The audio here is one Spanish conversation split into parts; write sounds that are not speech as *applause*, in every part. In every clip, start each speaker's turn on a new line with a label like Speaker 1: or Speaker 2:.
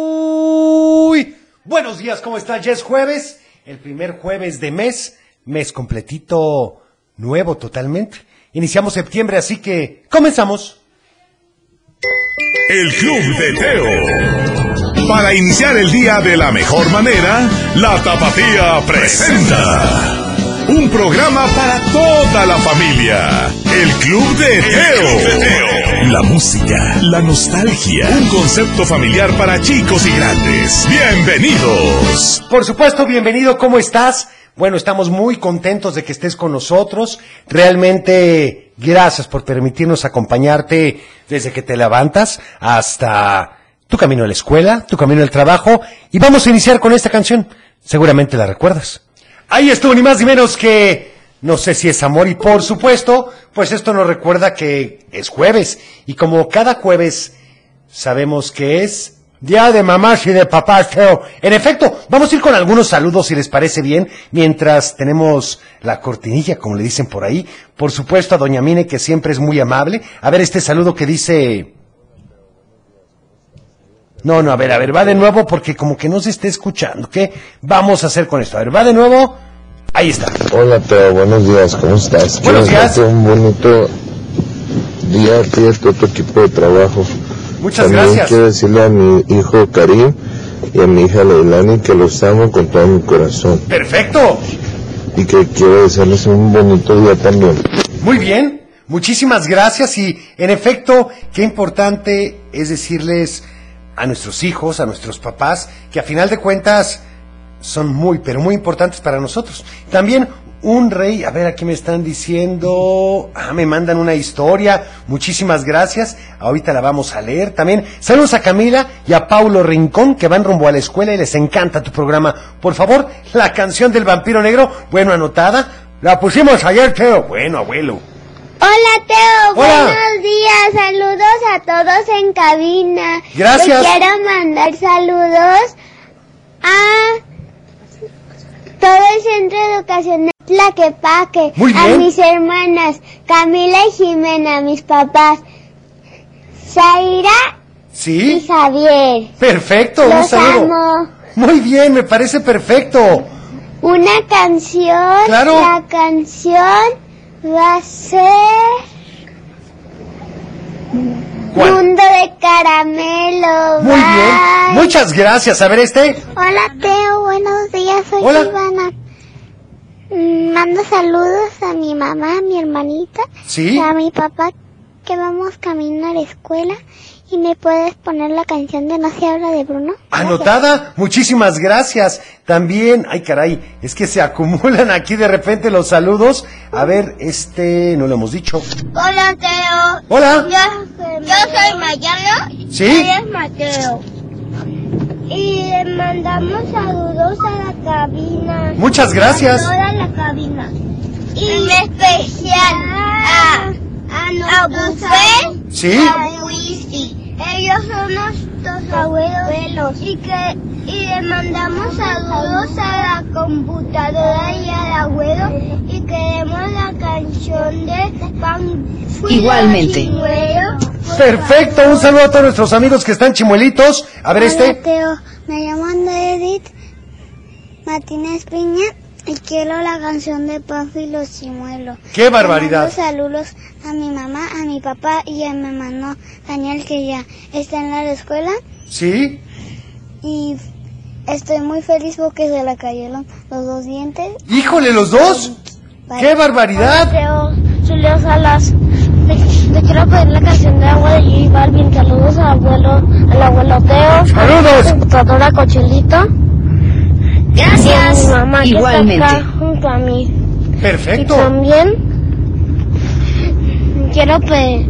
Speaker 1: Muy buenos días, ¿cómo está? Ya es jueves, el primer jueves de mes, mes completito nuevo totalmente. Iniciamos septiembre, así que comenzamos.
Speaker 2: El Club de Teo. Para iniciar el día de la mejor manera, la Tapatía presenta un programa para toda la familia. El Club de Teo. La música, la nostalgia, un concepto familiar para chicos y grandes. Bienvenidos.
Speaker 1: Por supuesto, bienvenido, ¿cómo estás? Bueno, estamos muy contentos de que estés con nosotros. Realmente, gracias por permitirnos acompañarte desde que te levantas hasta tu camino a la escuela, tu camino al trabajo. Y vamos a iniciar con esta canción. Seguramente la recuerdas. Ahí estuvo ni más ni menos que, no sé si es amor y por supuesto, pues esto nos recuerda que es jueves. Y como cada jueves sabemos que es Día de mamás y de papás, Teo. En efecto, vamos a ir con algunos saludos, si les parece bien, mientras tenemos la cortinilla, como le dicen por ahí. Por supuesto, a Doña Mine, que siempre es muy amable. A ver este saludo que dice... No, no, a ver, a ver, va de nuevo porque como que no se está escuchando. ¿Qué vamos a hacer con esto? A ver, va de nuevo. Ahí está.
Speaker 3: Hola Teo, buenos días, ¿cómo estás?
Speaker 1: Buenos
Speaker 3: Quiero
Speaker 1: días.
Speaker 3: desearte Un bonito día a ti y a todo tu equipo de trabajo.
Speaker 1: Muchas
Speaker 3: También
Speaker 1: gracias.
Speaker 3: quiero decirle a mi hijo Karim y a mi hija Leilani que los amo con todo mi corazón
Speaker 1: Perfecto.
Speaker 3: y que quiero desearles un bonito día también.
Speaker 1: Muy bien, muchísimas gracias y en efecto, qué importante es decirles a nuestros hijos, a nuestros papás, que a final de cuentas son muy, pero muy importantes para nosotros. También un rey, a ver, aquí me están diciendo, ah, me mandan una historia, muchísimas gracias, ahorita la vamos a leer también. Saludos a Camila y a Paulo Rincón, que van rumbo a la escuela y les encanta tu programa. Por favor, la canción del vampiro negro, bueno, anotada, la pusimos ayer, Teo. Bueno, abuelo.
Speaker 4: Hola Teo,
Speaker 1: Hola.
Speaker 4: buenos días, saludos a todos en cabina.
Speaker 1: Gracias.
Speaker 4: Te quiero mandar saludos a todo el centro educacional Tlaquepaque,
Speaker 1: Muy
Speaker 4: a
Speaker 1: bien.
Speaker 4: mis hermanas Camila y Jimena, a mis papás Zaira y
Speaker 1: Sí.
Speaker 4: Javier.
Speaker 1: Perfecto, un
Speaker 4: Los
Speaker 1: saludo.
Speaker 4: amo.
Speaker 1: Muy bien, me parece perfecto.
Speaker 4: Una canción,
Speaker 1: Claro.
Speaker 4: la canción va a ser...
Speaker 1: Juan.
Speaker 4: Mundo de caramelo.
Speaker 1: Muy bien.
Speaker 4: bye.
Speaker 1: Muchas gracias. A ver este.
Speaker 4: Hola Teo, buenos días, soy
Speaker 1: Hola.
Speaker 4: Ivana. Mm, Mando saludos a mi mamá, a mi hermanita, y
Speaker 1: Sí.
Speaker 4: a mi papá que vamos camino a la escuela y me puedes poner la canción de No se habla de Bruno.
Speaker 1: Ah. Anotada, muchísimas gracias. También, ay caray, es que se *laughs* acumulan aquí de repente los saludos. A ver, este, no lo hemos dicho.
Speaker 4: Hola Teo,
Speaker 1: Hola,
Speaker 4: yo, soy Mayana
Speaker 1: sí,
Speaker 4: Mateo. Y le mandamos saludos a la cabina.
Speaker 1: muchas gracias.
Speaker 4: Toda la cabina. Y en especial a, a, Buffet
Speaker 1: Sí,
Speaker 4: y a Whisky. Ellos son nuestros abuelos. Y, que, y le mandamos saludos a la computadora y al abuelo. Y queremos la canción de Pan
Speaker 5: Igualmente.
Speaker 1: perfecto. Un saludo a todos nuestros amigos que están chimuelitos. A ver este.
Speaker 4: Teo. Me llamo Andrea Edith Martínez Piña y quiero la canción de Pánfilo Chimuelo.
Speaker 1: ¡Qué barbaridad!
Speaker 4: Le mando saludos a mi mamá, a mi papá y a mi hermano Daniel que ya está en la escuela
Speaker 1: Sí,
Speaker 4: y estoy muy feliz porque se le cayeron los dos dientes.
Speaker 1: híjole, los dos.
Speaker 4: Bye.
Speaker 1: ¡Qué barbaridad!
Speaker 4: Teo, Julio Salas. Te, quiero pedir la canción de agua de J Balvin. Saludos al abuelo, al abuelo Teo.
Speaker 1: Saludos.
Speaker 4: Computadora Cochelito. Gracias. mamá
Speaker 5: Igualmente.
Speaker 4: que está acá junto a mí. Y
Speaker 1: Perfecto.
Speaker 4: también quiero pe-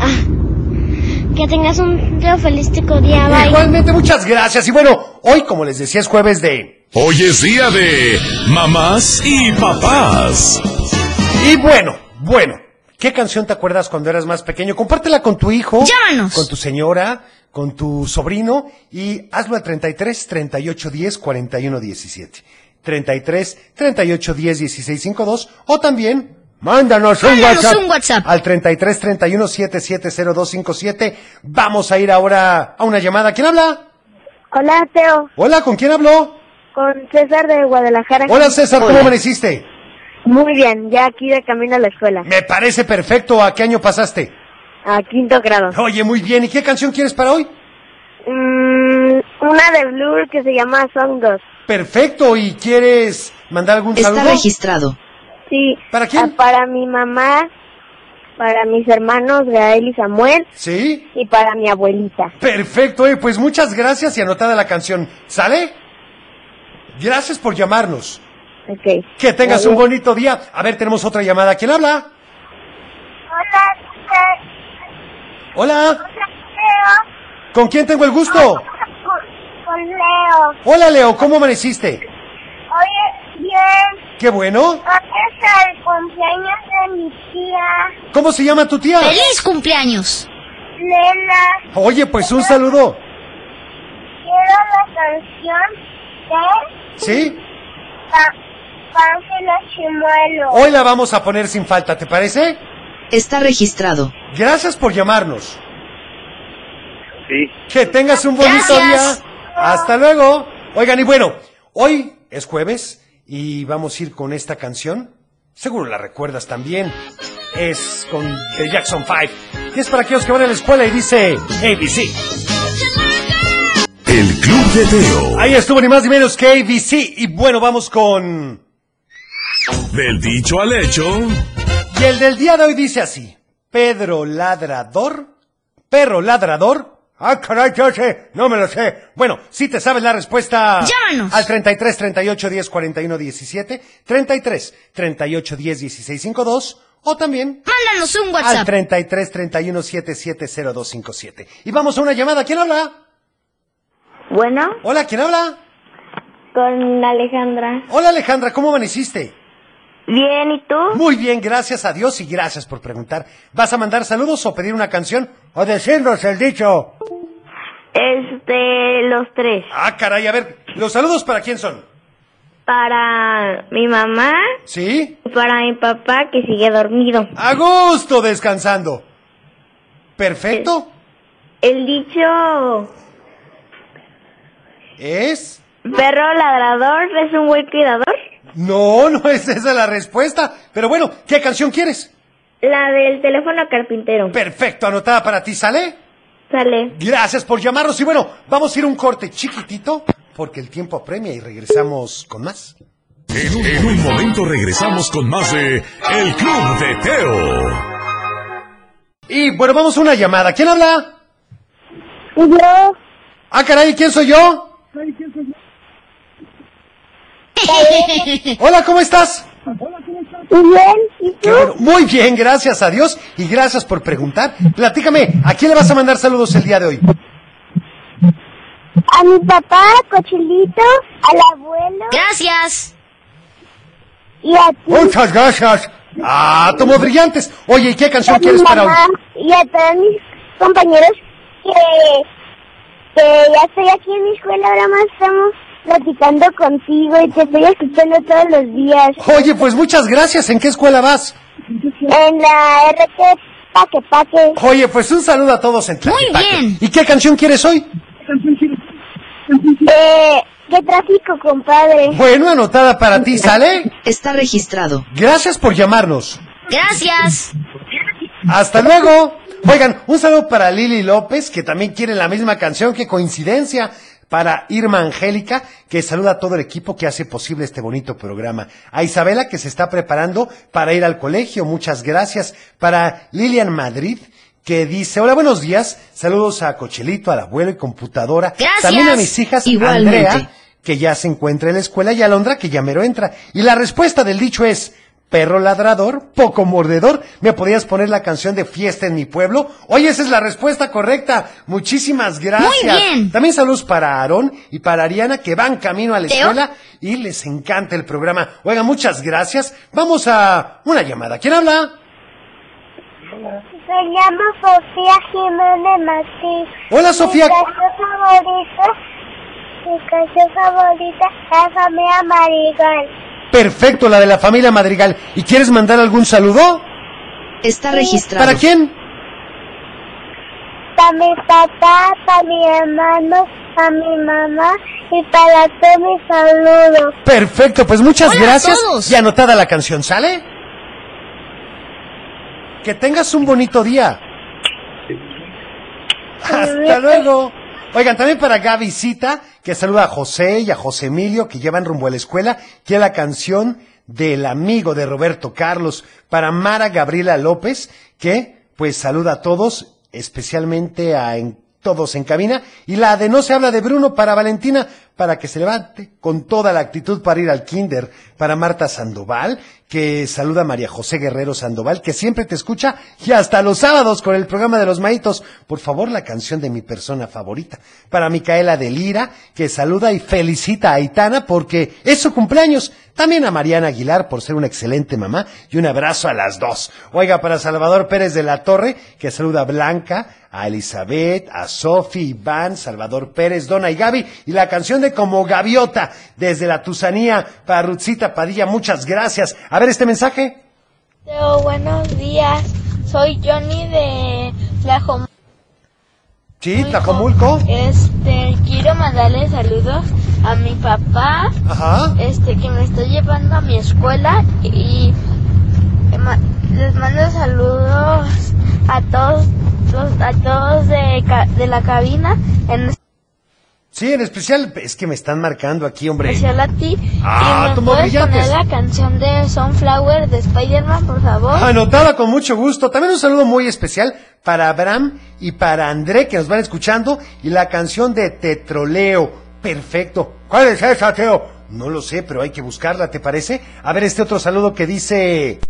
Speaker 4: ah, que tengas un Teo felístico día. Bye.
Speaker 1: Igualmente, muchas gracias. Y bueno, hoy, como les decía, es jueves de...
Speaker 2: Hoy es día de mamás y papás.
Speaker 1: Y bueno, bueno, ¿qué canción te acuerdas cuando eras más pequeño? Compártela con tu hijo,
Speaker 5: Llámanos.
Speaker 1: con tu señora, con tu sobrino y hazlo al 33 38 10 41 17. 33 38 10 16 52 o también Mándanos un
Speaker 5: Mándanos
Speaker 1: WhatsApp.
Speaker 5: un WhatsApp.
Speaker 1: Al 33 31 770257. Vamos a ir ahora a una llamada. ¿Quién habla?
Speaker 4: Hola, Teo.
Speaker 1: Hola, ¿con quién habló?
Speaker 4: Con César de Guadalajara.
Speaker 1: Hola, César, ¿cómo amaneciste?
Speaker 4: Muy bien, ya aquí de camino a la escuela.
Speaker 1: Me parece perfecto. ¿A qué año pasaste?
Speaker 4: A quinto grado.
Speaker 1: Oye, muy bien. ¿Y qué canción quieres para hoy?
Speaker 4: Mm, una de Blur que se llama Song 2.
Speaker 1: Perfecto. ¿Y quieres mandar algún
Speaker 5: Está
Speaker 1: saludo?
Speaker 5: registrado.
Speaker 4: Sí.
Speaker 1: ¿Para quién?
Speaker 4: Ah, para mi mamá, para mis hermanos Gael y Samuel
Speaker 1: Sí.
Speaker 4: y para mi abuelita.
Speaker 1: Perfecto, eh, pues muchas gracias y anotada la canción. ¿Sale? Gracias por llamarnos.
Speaker 4: Ok.
Speaker 1: Que tengas un bonito día. A ver, tenemos otra llamada. ¿Quién habla?
Speaker 4: Hola, este,
Speaker 1: Hola.
Speaker 4: Leo.
Speaker 1: ¿Con quién tengo el gusto?
Speaker 4: Con Leo.
Speaker 1: Hola, Leo. ¿Cómo amaneciste?
Speaker 4: Oye, bien.
Speaker 1: Qué bueno.
Speaker 4: Hoy es el cumpleaños de mi tía,
Speaker 1: ¿Cómo se llama tu tía?
Speaker 5: ¡Feliz cumpleaños!
Speaker 4: Lena.
Speaker 1: Oye, pues un saludo.
Speaker 4: Quiero la canción de
Speaker 1: ¿Sí?
Speaker 4: Pángela Chimuelo.
Speaker 1: Hoy la vamos a poner sin falta, ¿te parece?
Speaker 5: Está registrado.
Speaker 1: Gracias por llamarnos.
Speaker 6: Sí,
Speaker 1: Que tengas un bonito
Speaker 5: Gracias.
Speaker 1: día. Hasta luego. Oigan, y bueno, hoy es jueves y vamos a ir con esta canción. Seguro la recuerdas también. Es con The Jackson 5. Y es para aquellos que van a la escuela y dice ABC.
Speaker 2: El Club de Teo.
Speaker 1: Ahí estuvo ni más ni menos que ABC. Y bueno, vamos con...
Speaker 2: Del dicho al hecho.
Speaker 1: Y el del día de hoy dice así: Pedro Ladrador, perro ladrador. Ah, caray, yo sé, no me lo sé. Bueno, si te sabes la respuesta.
Speaker 5: Llámanos.
Speaker 1: Al 33 38 10 41 17, 33 38 10 16 52, o también
Speaker 5: Mándanos un
Speaker 1: al
Speaker 5: WhatsApp.
Speaker 1: 33 31 77 0257. Y vamos a una llamada. ¿Quién habla?
Speaker 4: Bueno,
Speaker 1: Hola, ¿quién habla?
Speaker 4: con Alejandra.
Speaker 1: Hola, Alejandra, ¿cómo amaneciste?
Speaker 4: Bien, ¿y tú?
Speaker 1: Muy bien, gracias a Dios y gracias por preguntar. ¿Vas a mandar saludos o pedir una canción o decirnos el dicho?
Speaker 4: Este, los tres.
Speaker 1: Ah, caray, a ver, ¿los saludos para quién son?
Speaker 4: Para mi mamá
Speaker 1: ¿Sí?
Speaker 4: y para mi papá que sigue dormido.
Speaker 1: A gusto descansando. Perfecto.
Speaker 4: El dicho
Speaker 1: ¿Es?
Speaker 4: perro ladrador es un buen cuidador.
Speaker 1: No, *laughs* no es esa la respuesta. Pero bueno, ¿qué canción quieres?
Speaker 4: La del teléfono carpintero.
Speaker 1: Perfecto, anotada para ti, ¿sale?
Speaker 4: Sale.
Speaker 1: Gracias por llamarnos y bueno, vamos a ir a un corte chiquitito porque el tiempo apremia y regresamos con más.
Speaker 2: En un, en un momento regresamos con más de El Club de Teo.
Speaker 1: Y bueno, vamos a una llamada. ¿Quién habla?
Speaker 4: Y yo,
Speaker 1: Ah, caray, ¿quién soy yo? *laughs* Hola, ¿cómo estás?
Speaker 4: y bien, y
Speaker 1: Qué bueno. Muy bien, gracias a Dios y gracias por preguntar. Platícame, ¿a quién le vas a mandar saludos el día de hoy?
Speaker 4: a mi papá, Cochilito, al abuelo
Speaker 5: Gracias.
Speaker 4: y a ti.
Speaker 1: Muchas gracias. Ah, tomo brillantes. Oye, ¿y qué
Speaker 4: a
Speaker 1: canción
Speaker 4: mi
Speaker 1: quieres para hoy?
Speaker 4: mamá y a todos mis compañeros que, que ya estoy aquí en mi escuela, ahora más estamos platicando contigo y te estoy escuchando todos los días
Speaker 1: Oye, pues muchas gracias. ¿En qué escuela vas?
Speaker 4: en la RT Paque Paque.
Speaker 1: Oye, pues un saludo a todos en Tlaquepaque.
Speaker 5: bien.
Speaker 1: ¿Y qué canción quieres hoy?
Speaker 4: Eh, ¿Qué tráfico, compadre?
Speaker 1: Bueno, anotada para ti, ¿sale?
Speaker 5: Está registrado.
Speaker 1: Gracias por llamarnos.
Speaker 5: Gracias.
Speaker 1: Hasta luego. Oigan, un saludo para Lili López, que también quiere la misma canción, que coincidencia. Para Irma Angélica, que saluda a todo el equipo que hace posible este bonito programa. A Isabela, que se está preparando para ir al colegio. Muchas gracias. Para Lilian Madrid, que dice, hola, buenos días. Saludos a Cochelito, al abuelo y computadora.
Speaker 5: Gracias.
Speaker 1: También a mis hijas,
Speaker 5: Igualmente.
Speaker 1: Andrea, que ya se encuentra en la escuela, y Alondra, que ya mero entra. Y la respuesta del dicho es, perro ladrador, poco mordedor, ¿me podías poner la canción de fiesta en mi pueblo? Oye, esa es la respuesta correcta. Muchísimas gracias.
Speaker 5: Muy bien.
Speaker 1: También saludos para Aarón y para Ariana, que van camino a la
Speaker 5: Teo.
Speaker 1: escuela y les encanta el programa. Oiga, muchas gracias. Vamos a una llamada. ¿Quién habla?
Speaker 4: Me llamo Sofía Jiménez Martí.
Speaker 1: Hola, Sofía.
Speaker 4: Mi canción favorita, mi canción favorita es la familia Marigol.
Speaker 1: perfecto la de la familia Madrigal. ¿Y quieres mandar algún saludo?
Speaker 5: Está registrado.
Speaker 1: ¿Para quién?
Speaker 4: Para mi papá, para mi hermano, para mi mamá y para todos mis saludos.
Speaker 1: Perfecto, pues muchas
Speaker 5: Hola a
Speaker 1: gracias.
Speaker 5: todos.
Speaker 1: Y anotada la canción, ¿sale? Que tengas un bonito día. Hasta luego. Oigan, también para Gaby Cita, que saluda a José y a José Emilio, que llevan rumbo a la escuela, que la canción del amigo de Roberto Carlos. Para Mara Gabriela López, que pues saluda a todos, especialmente a en- todos en cabina. Y la de No se habla de Bruno para Valentina, para que se levante con toda la actitud para ir al kinder. Para Marta Sandoval, que saluda a María José Guerrero Sandoval, que siempre te escucha y hasta los sábados con el programa de los maitos. Por favor, la canción de mi persona favorita. Para Micaela de Lira, que saluda y felicita a Aitana porque es su cumpleaños. También a Mariana Aguilar por ser una excelente mamá y un abrazo a las dos. Oiga, para Salvador Pérez de la Torre, que saluda a Blanca, a Elizabeth, a Sofi, Iván, Salvador Pérez, Donna y Gaby, y la canción de Como Gaviota, desde la Tusanía, para Rutzita Padilla, muchas gracias. A ver este mensaje.
Speaker 4: Teo, buenos días. Soy Johnny de Tlajomulco.
Speaker 1: Sí, Tajomulco.
Speaker 4: Este, quiero mandarle saludos a mi papá,
Speaker 1: Ajá.
Speaker 4: este, que me está llevando a mi escuela y ma- les mando saludos a todos, los- a todos de, ca- de la cabina, en
Speaker 1: Sí, en especial, es que me están marcando aquí, hombre.
Speaker 4: especial a ti.
Speaker 1: Ah,
Speaker 4: y me
Speaker 1: toma
Speaker 4: puedes
Speaker 1: brillantes.
Speaker 4: poner la canción de Sunflower de Spider-Man, por favor.
Speaker 1: Anotada con mucho gusto. También un saludo muy especial para Abraham y para André que nos van escuchando y la canción de Tetroleo. Perfecto. ¿Cuál es esa, Teo? No lo sé, pero hay que buscarla, ¿te parece? A ver este otro saludo que dice...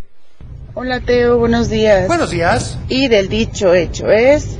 Speaker 7: Hola Teo, buenos días.
Speaker 1: Buenos días.
Speaker 7: Y del dicho hecho es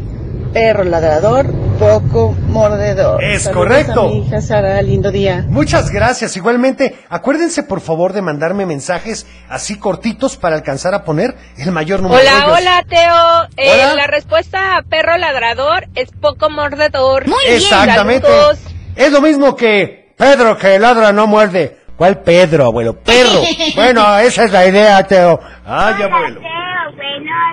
Speaker 7: perro ladrador, poco mordedor.
Speaker 1: Es
Speaker 7: Saludos
Speaker 1: correcto.
Speaker 7: A mi hija Sara, lindo día.
Speaker 1: Muchas gracias. Igualmente, acuérdense por favor de mandarme mensajes así cortitos para alcanzar a poner el mayor número de
Speaker 8: Hola,
Speaker 1: ellos.
Speaker 8: hola, Teo. Eh,
Speaker 1: Hola.
Speaker 8: La respuesta a perro ladrador es poco mordedor.
Speaker 5: Muy bien,
Speaker 1: Exactamente.
Speaker 8: saludos.
Speaker 1: Es lo mismo que Pedro que ladra no muerde. ¿Cuál Pedro, abuelo?
Speaker 8: *laughs*
Speaker 1: Perro. bueno, esa es la idea, Teo. Ay, abuelo.
Speaker 4: buenos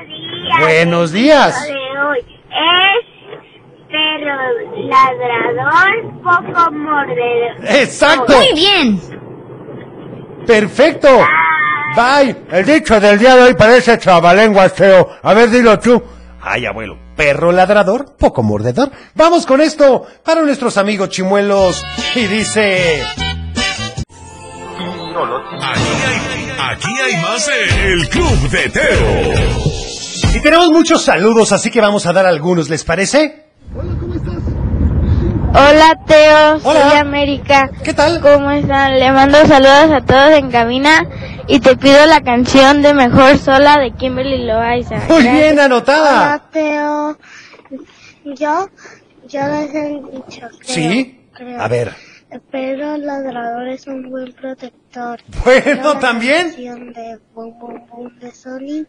Speaker 4: días.
Speaker 1: Buenos días.
Speaker 4: de hoy es perro ladrador, poco mordedor.
Speaker 1: Exacto.
Speaker 5: Muy bien.
Speaker 1: Perfecto. Bye. El dicho del día de hoy parece trabalenguas, Teo. A ver, dilo tú. Ay, abuelo. Perro ladrador, poco mordedor. Vamos con esto para nuestros amigos chimuelos. Y dice...
Speaker 2: Aquí hay, aquí hay más de El Club de Teo.
Speaker 1: Y tenemos muchos saludos, así que vamos a dar algunos, ¿les parece?
Speaker 4: Hola Teo,
Speaker 1: Hola.
Speaker 4: soy América.
Speaker 1: ¿Qué tal?
Speaker 4: ¿Cómo están? Le mando saludos a todos en cabina y te pido la canción de Mejor Sola de Kimberly Loaiza.
Speaker 1: Muy bien, anotada.
Speaker 4: Teo. Yo, yo les he dicho.
Speaker 1: ¿Sí? A ver.
Speaker 4: Pero el ladrador es un buen protector.
Speaker 1: *laughs* Bueno, también.
Speaker 4: de Bum Bum Bum de Sonic.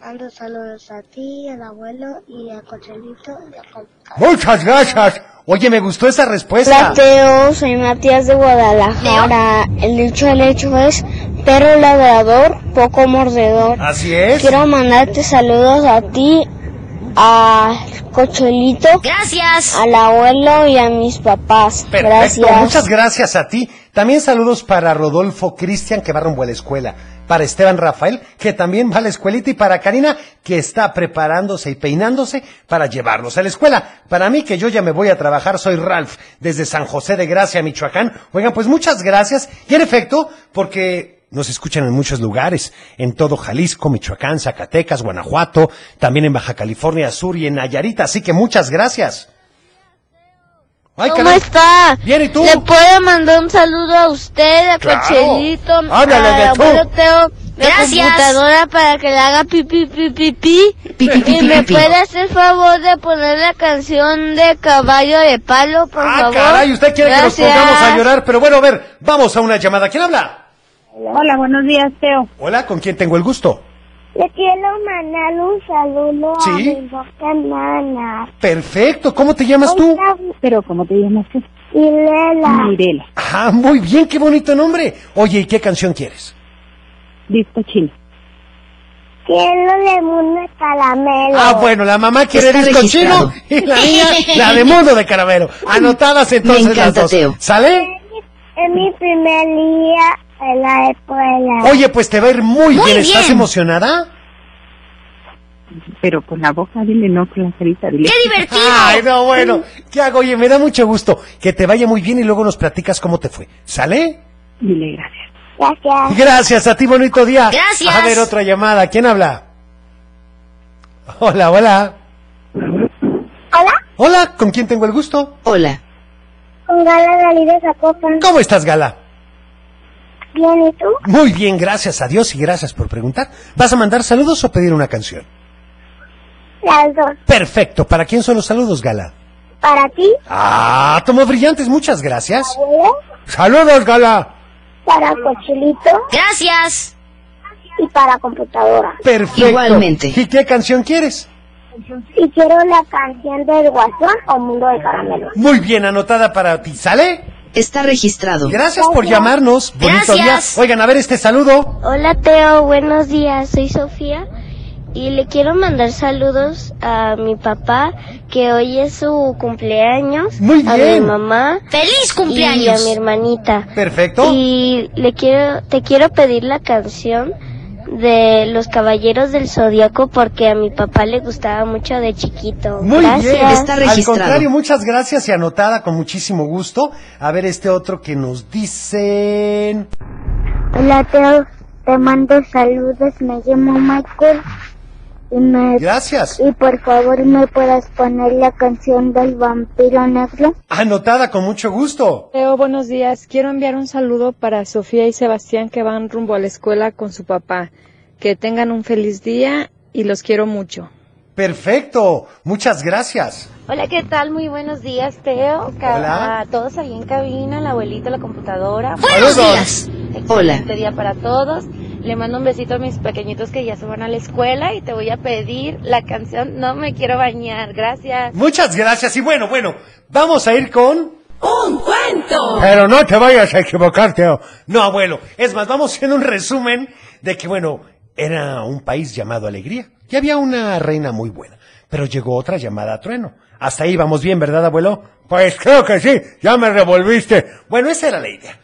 Speaker 4: Mando saludos a ti, al abuelo y a Cochelito y a
Speaker 1: Muchas gracias. Oye, me gustó esa respuesta.
Speaker 4: Hola Teo, soy Matías de Guadalajara. El dicho del hecho es perro ladrador, poco mordedor.
Speaker 1: Así es.
Speaker 4: Quiero mandarte saludos a ti, a Cochelito,
Speaker 5: Gracias.
Speaker 4: al abuelo y a mis papás.
Speaker 1: Perfecto,
Speaker 4: Gracias.
Speaker 1: muchas gracias a ti. También saludos para Rodolfo Cristian, que va rumbo a la escuela. Para Esteban Rafael, que también va a la escuelita. Y para Karina, que está preparándose y peinándose para llevarlos a la escuela. Para mí, que yo ya me voy a trabajar, soy Ralph, desde San José de Gracia, Michoacán. Oigan, pues muchas gracias. Y en efecto, porque nos escuchan en muchos lugares, en todo Jalisco, Michoacán, Zacatecas, Guanajuato, también en Baja California Sur y en Nayarit. Así que muchas gracias. Ay,
Speaker 4: ¿Cómo
Speaker 1: caray.
Speaker 4: está?
Speaker 1: Bien, ¿y tú?
Speaker 4: Le puedo mandar un saludo a usted, a
Speaker 1: Claro.
Speaker 4: Cochelito,
Speaker 1: Háblale de
Speaker 4: a
Speaker 1: tú.
Speaker 4: abuelo Teo, la
Speaker 5: Gracias.
Speaker 4: computadora para que le haga pi pi pi pi pi.
Speaker 5: Pi, pi, pi,
Speaker 4: y
Speaker 5: pi,
Speaker 4: me
Speaker 5: pi.
Speaker 4: puede hacer favor de poner la canción de Caballo de Palo, por
Speaker 1: ah,
Speaker 4: favor.
Speaker 1: caray, usted quiere que nos
Speaker 4: Gracias.
Speaker 1: pongamos a llorar, pero bueno, a ver, vamos a una llamada. ¿Quién habla?
Speaker 7: Hola, buenos días Teo.
Speaker 1: Hola, ¿con quién tengo el gusto?
Speaker 4: Le quiero mandar un saludo
Speaker 1: Sí.
Speaker 4: a mi boca nana.
Speaker 1: Perfecto, ¿cómo te llamas tú?
Speaker 7: Pero ¿cómo te llamas?
Speaker 4: Y Lela.
Speaker 9: Mirela,
Speaker 1: Ah, muy bien, qué bonito nombre. Oye, ¿y qué canción quieres?
Speaker 9: disco chino.
Speaker 4: Quiero de mundo caramelo.
Speaker 1: Ah, bueno, la mamá quiere
Speaker 5: Está
Speaker 1: disco chino
Speaker 5: registrado.
Speaker 1: y la niña la de mundo de
Speaker 5: *laughs*
Speaker 1: caramelo. Anotadas entonces
Speaker 5: Me encanta,
Speaker 1: las dos.
Speaker 5: Teo.
Speaker 1: ¿Sale?
Speaker 4: Es mi primer día en la escuela.
Speaker 1: Oye, pues te va a ir muy,
Speaker 5: Muy
Speaker 1: bien. ¿Estás
Speaker 5: bien.
Speaker 1: emocionada?
Speaker 9: Pero con la boca, dile no con la carita, dile.
Speaker 5: ¡Qué divertido!
Speaker 1: Ay, no, bueno. ¿Qué hago? Oye, me da mucho gusto. Que te vaya muy bien y luego nos platicas cómo te fue. ¿Sale?
Speaker 9: Dile gracias.
Speaker 4: Gracias.
Speaker 1: Gracias, a ti bonito día.
Speaker 5: Gracias.
Speaker 1: A ver, otra llamada. ¿Quién habla? Hola, hola.
Speaker 4: Hola,
Speaker 1: Hola, ¿con quién tengo el gusto?
Speaker 5: Hola.
Speaker 4: con Gala Dalí de Zacopa.
Speaker 1: ¿Cómo estás, Gala?
Speaker 4: Bien, ¿y tú?
Speaker 1: Muy bien, gracias a Dios y gracias por preguntar. ¿Vas a mandar saludos o pedir una canción?
Speaker 4: Las dos.
Speaker 1: Perfecto. ¿Para quién son los saludos, Gala?
Speaker 4: Para ti,
Speaker 1: Ah, tomo brillantes, muchas gracias.
Speaker 4: abuelo,
Speaker 1: Saludos, Gala.
Speaker 4: para cochilito
Speaker 5: Gracias.
Speaker 4: y para computadora.
Speaker 1: Perfecto.
Speaker 5: Igualmente.
Speaker 1: ¿Y qué canción quieres?
Speaker 4: Y quiero la canción del Guasón o Mundo de Caramelo.
Speaker 1: Muy bien, anotada para ti. ¿Sale?
Speaker 5: Está registrado.
Speaker 1: Gracias por llamarnos. Bonito día.
Speaker 5: Gracias.
Speaker 1: Oigan, a ver este saludo.
Speaker 4: Hola Teo, buenos días, soy Sofía y le quiero mandar saludos a mi papá que hoy es su cumpleaños,
Speaker 1: Muy
Speaker 4: a mi
Speaker 1: bien.
Speaker 4: mamá
Speaker 5: ¡Feliz
Speaker 4: y a
Speaker 5: cumpleaños!
Speaker 4: mi hermanita.
Speaker 1: Perfecto.
Speaker 4: Y le quiero, te quiero pedir la canción de Los Caballeros del Zodíaco porque a mi papá le gustaba mucho de chiquito.
Speaker 1: Muy
Speaker 4: Gracias.
Speaker 1: bien,
Speaker 5: Está
Speaker 1: Al
Speaker 5: registrado.
Speaker 1: contrario, muchas gracias y anotada con muchísimo gusto. A ver este otro que nos dicen.
Speaker 4: Hola Teo, te mando saludos, me llamo Michael y me
Speaker 1: Gracias.
Speaker 4: Y por favor me puedas poner la canción del vampiro negro.
Speaker 1: Anotada con mucho gusto.
Speaker 10: Teo, buenos días. Quiero enviar un saludo para Sofía y Sebastián que van rumbo a la escuela con su papá. Que tengan un feliz día y los quiero mucho.
Speaker 1: Perfecto. Muchas gracias.
Speaker 10: Hola, ¿qué tal? Muy buenos días, Teo. Ca-
Speaker 1: Hola.
Speaker 10: A todos ahí en cabina, la abuelita, la computadora.
Speaker 5: ¡Buenos
Speaker 1: Saludos.
Speaker 5: días! Hola.
Speaker 10: Excelente día para todos. Le mando un besito a mis pequeñitos que ya se van a la escuela y te voy a pedir la canción No me quiero bañar. Gracias.
Speaker 1: Muchas gracias. Y bueno, bueno, vamos a ir con. ¡Un cuento! Pero no te vayas a equivocar, Teo. No, abuelo. Es más, vamos haciendo un resumen de que, bueno, era un país llamado Alegría. Y había una reina muy buena. Pero llegó otra llamada Trueno. Hasta ahí vamos bien, ¿verdad, abuelo? Pues creo que sí. Ya me revolviste. Bueno, esa era la idea.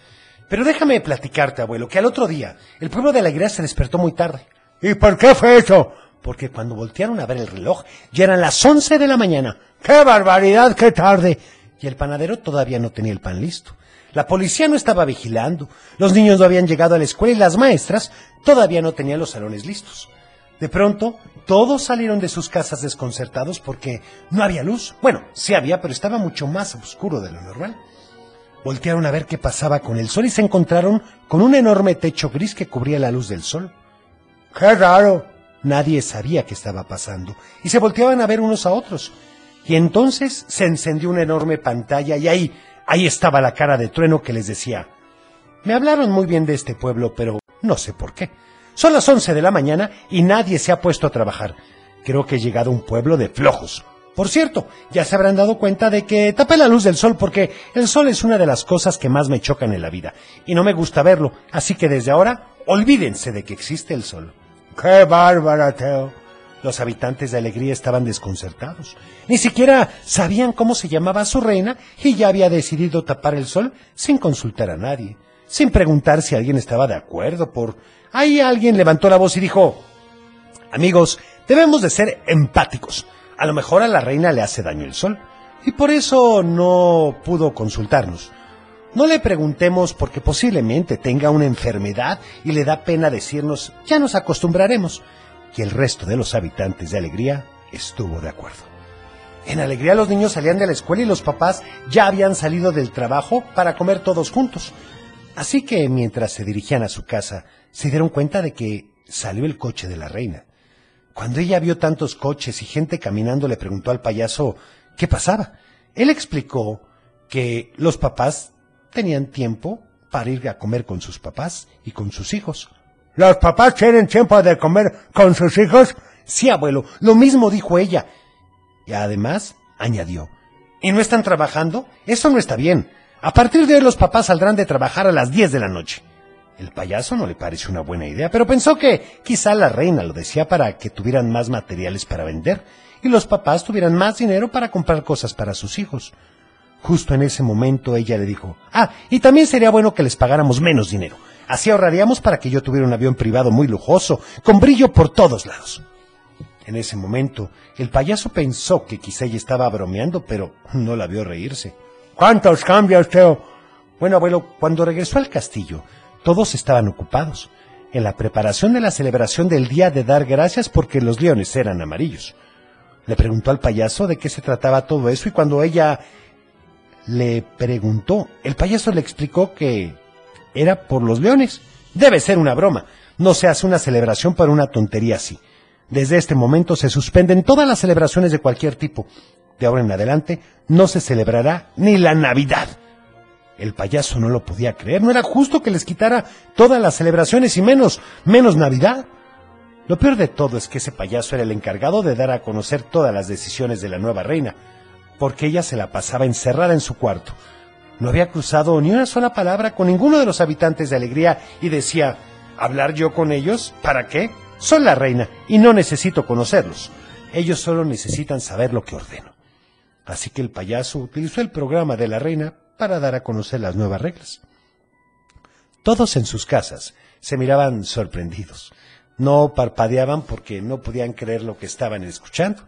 Speaker 1: Pero déjame platicarte, abuelo, que al otro día el pueblo de Alegría se despertó muy tarde. ¿Y por qué fue eso? Porque cuando voltearon a ver el reloj, ya eran las once de la mañana. ¡Qué barbaridad, qué tarde! Y el panadero todavía no tenía el pan listo. La policía no estaba vigilando, los niños no habían llegado a la escuela y las maestras todavía no tenían los salones listos. De pronto, todos salieron de sus casas desconcertados porque no había luz. Bueno, sí había, pero estaba mucho más oscuro de lo normal. Voltearon a ver qué pasaba con el sol y se encontraron con un enorme techo gris que cubría la luz del sol. ¡Qué raro! Nadie sabía qué estaba pasando y se volteaban a ver unos a otros. Y entonces se encendió una enorme pantalla y ahí, ahí estaba la cara de trueno que les decía, me hablaron muy bien de este pueblo, pero no sé por qué. Son las 11 de la mañana y nadie se ha puesto a trabajar. Creo que he llegado a un pueblo de flojos. Por cierto, ya se habrán dado cuenta de que tapé la luz del sol porque el sol es una de las cosas que más me chocan en la vida y no me gusta verlo, así que desde ahora olvídense de que existe el sol. ¡Qué bárbara, Teo! Los habitantes de Alegría estaban desconcertados. Ni siquiera sabían cómo se llamaba su reina y ya había decidido tapar el sol sin consultar a nadie, sin preguntar si alguien estaba de acuerdo por... Ahí alguien levantó la voz y dijo, Amigos, debemos de ser empáticos. A lo mejor a la reina le hace daño el sol y por eso no pudo consultarnos. No le preguntemos porque posiblemente tenga una enfermedad y le da pena decirnos ya nos acostumbraremos. Y el resto de los habitantes de Alegría estuvo de acuerdo. En Alegría los niños salían de la escuela y los papás ya habían salido del trabajo para comer todos juntos. Así que mientras se dirigían a su casa, se dieron cuenta de que salió el coche de la reina. Cuando ella vio tantos coches y gente caminando, le preguntó al payaso qué pasaba. Él explicó que los papás tenían tiempo para ir a comer con sus papás y con sus hijos. ¿Los papás tienen tiempo de comer con sus hijos? Sí, abuelo, lo mismo dijo ella. Y además añadió, y no están trabajando, eso no está bien. A partir de hoy los papás saldrán de trabajar a las 10 de la noche. El payaso no le pareció una buena idea, pero pensó que quizá la reina lo decía para que tuvieran más materiales para vender y los papás tuvieran más dinero para comprar cosas para sus hijos. Justo en ese momento ella le dijo, ah, y también sería bueno que les pagáramos menos dinero. Así ahorraríamos para que yo tuviera un avión privado muy lujoso, con brillo por todos lados. En ese momento, el payaso pensó que quizá ella estaba bromeando, pero no la vio reírse. ¿Cuántos cambios, Teo? Bueno, abuelo, cuando regresó al castillo, todos estaban ocupados en la preparación de la celebración del día de dar gracias porque los leones eran amarillos. Le preguntó al payaso de qué se trataba todo eso y cuando ella le preguntó, el payaso le explicó que era por los leones. Debe ser una broma. No se hace una celebración para una tontería así. Desde este momento se suspenden todas las celebraciones de cualquier tipo. De ahora en adelante no se celebrará ni la Navidad. El payaso no lo podía creer. No era justo que les quitara todas las celebraciones y menos, menos Navidad. Lo peor de todo es que ese payaso era el encargado de dar a conocer todas las decisiones de la nueva reina, porque ella se la pasaba encerrada en su cuarto. No había cruzado ni una sola palabra con ninguno de los habitantes de Alegría y decía, ¿hablar yo con ellos? ¿Para qué? Soy la reina y no necesito conocerlos. Ellos solo necesitan saber lo que ordeno. Así que el payaso utilizó el programa de la reina para dar a conocer las nuevas reglas. Todos en sus casas se miraban sorprendidos. No parpadeaban porque no podían creer lo que estaban escuchando.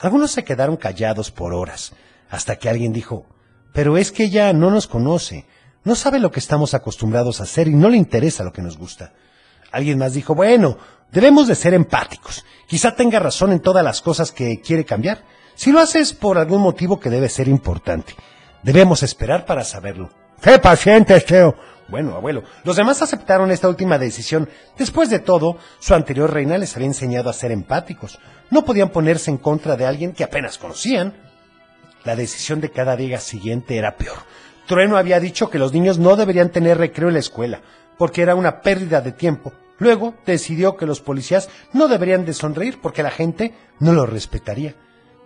Speaker 1: Algunos se quedaron callados por horas, hasta que alguien dijo, pero es que ella no nos conoce, no sabe lo que estamos acostumbrados a hacer y no le interesa lo que nos gusta. Alguien más dijo, bueno, debemos de ser empáticos. Quizá tenga razón en todas las cosas que quiere cambiar. Si lo haces por algún motivo que debe ser importante. Debemos esperar para saberlo. ¡Qué paciente, Teo! Bueno, abuelo, los demás aceptaron esta última decisión. Después de todo, su anterior reina les había enseñado a ser empáticos. No podían ponerse en contra de alguien que apenas conocían. La decisión de cada día siguiente era peor. Trueno había dicho que los niños no deberían tener recreo en la escuela, porque era una pérdida de tiempo. Luego decidió que los policías no deberían de sonreír porque la gente no los respetaría.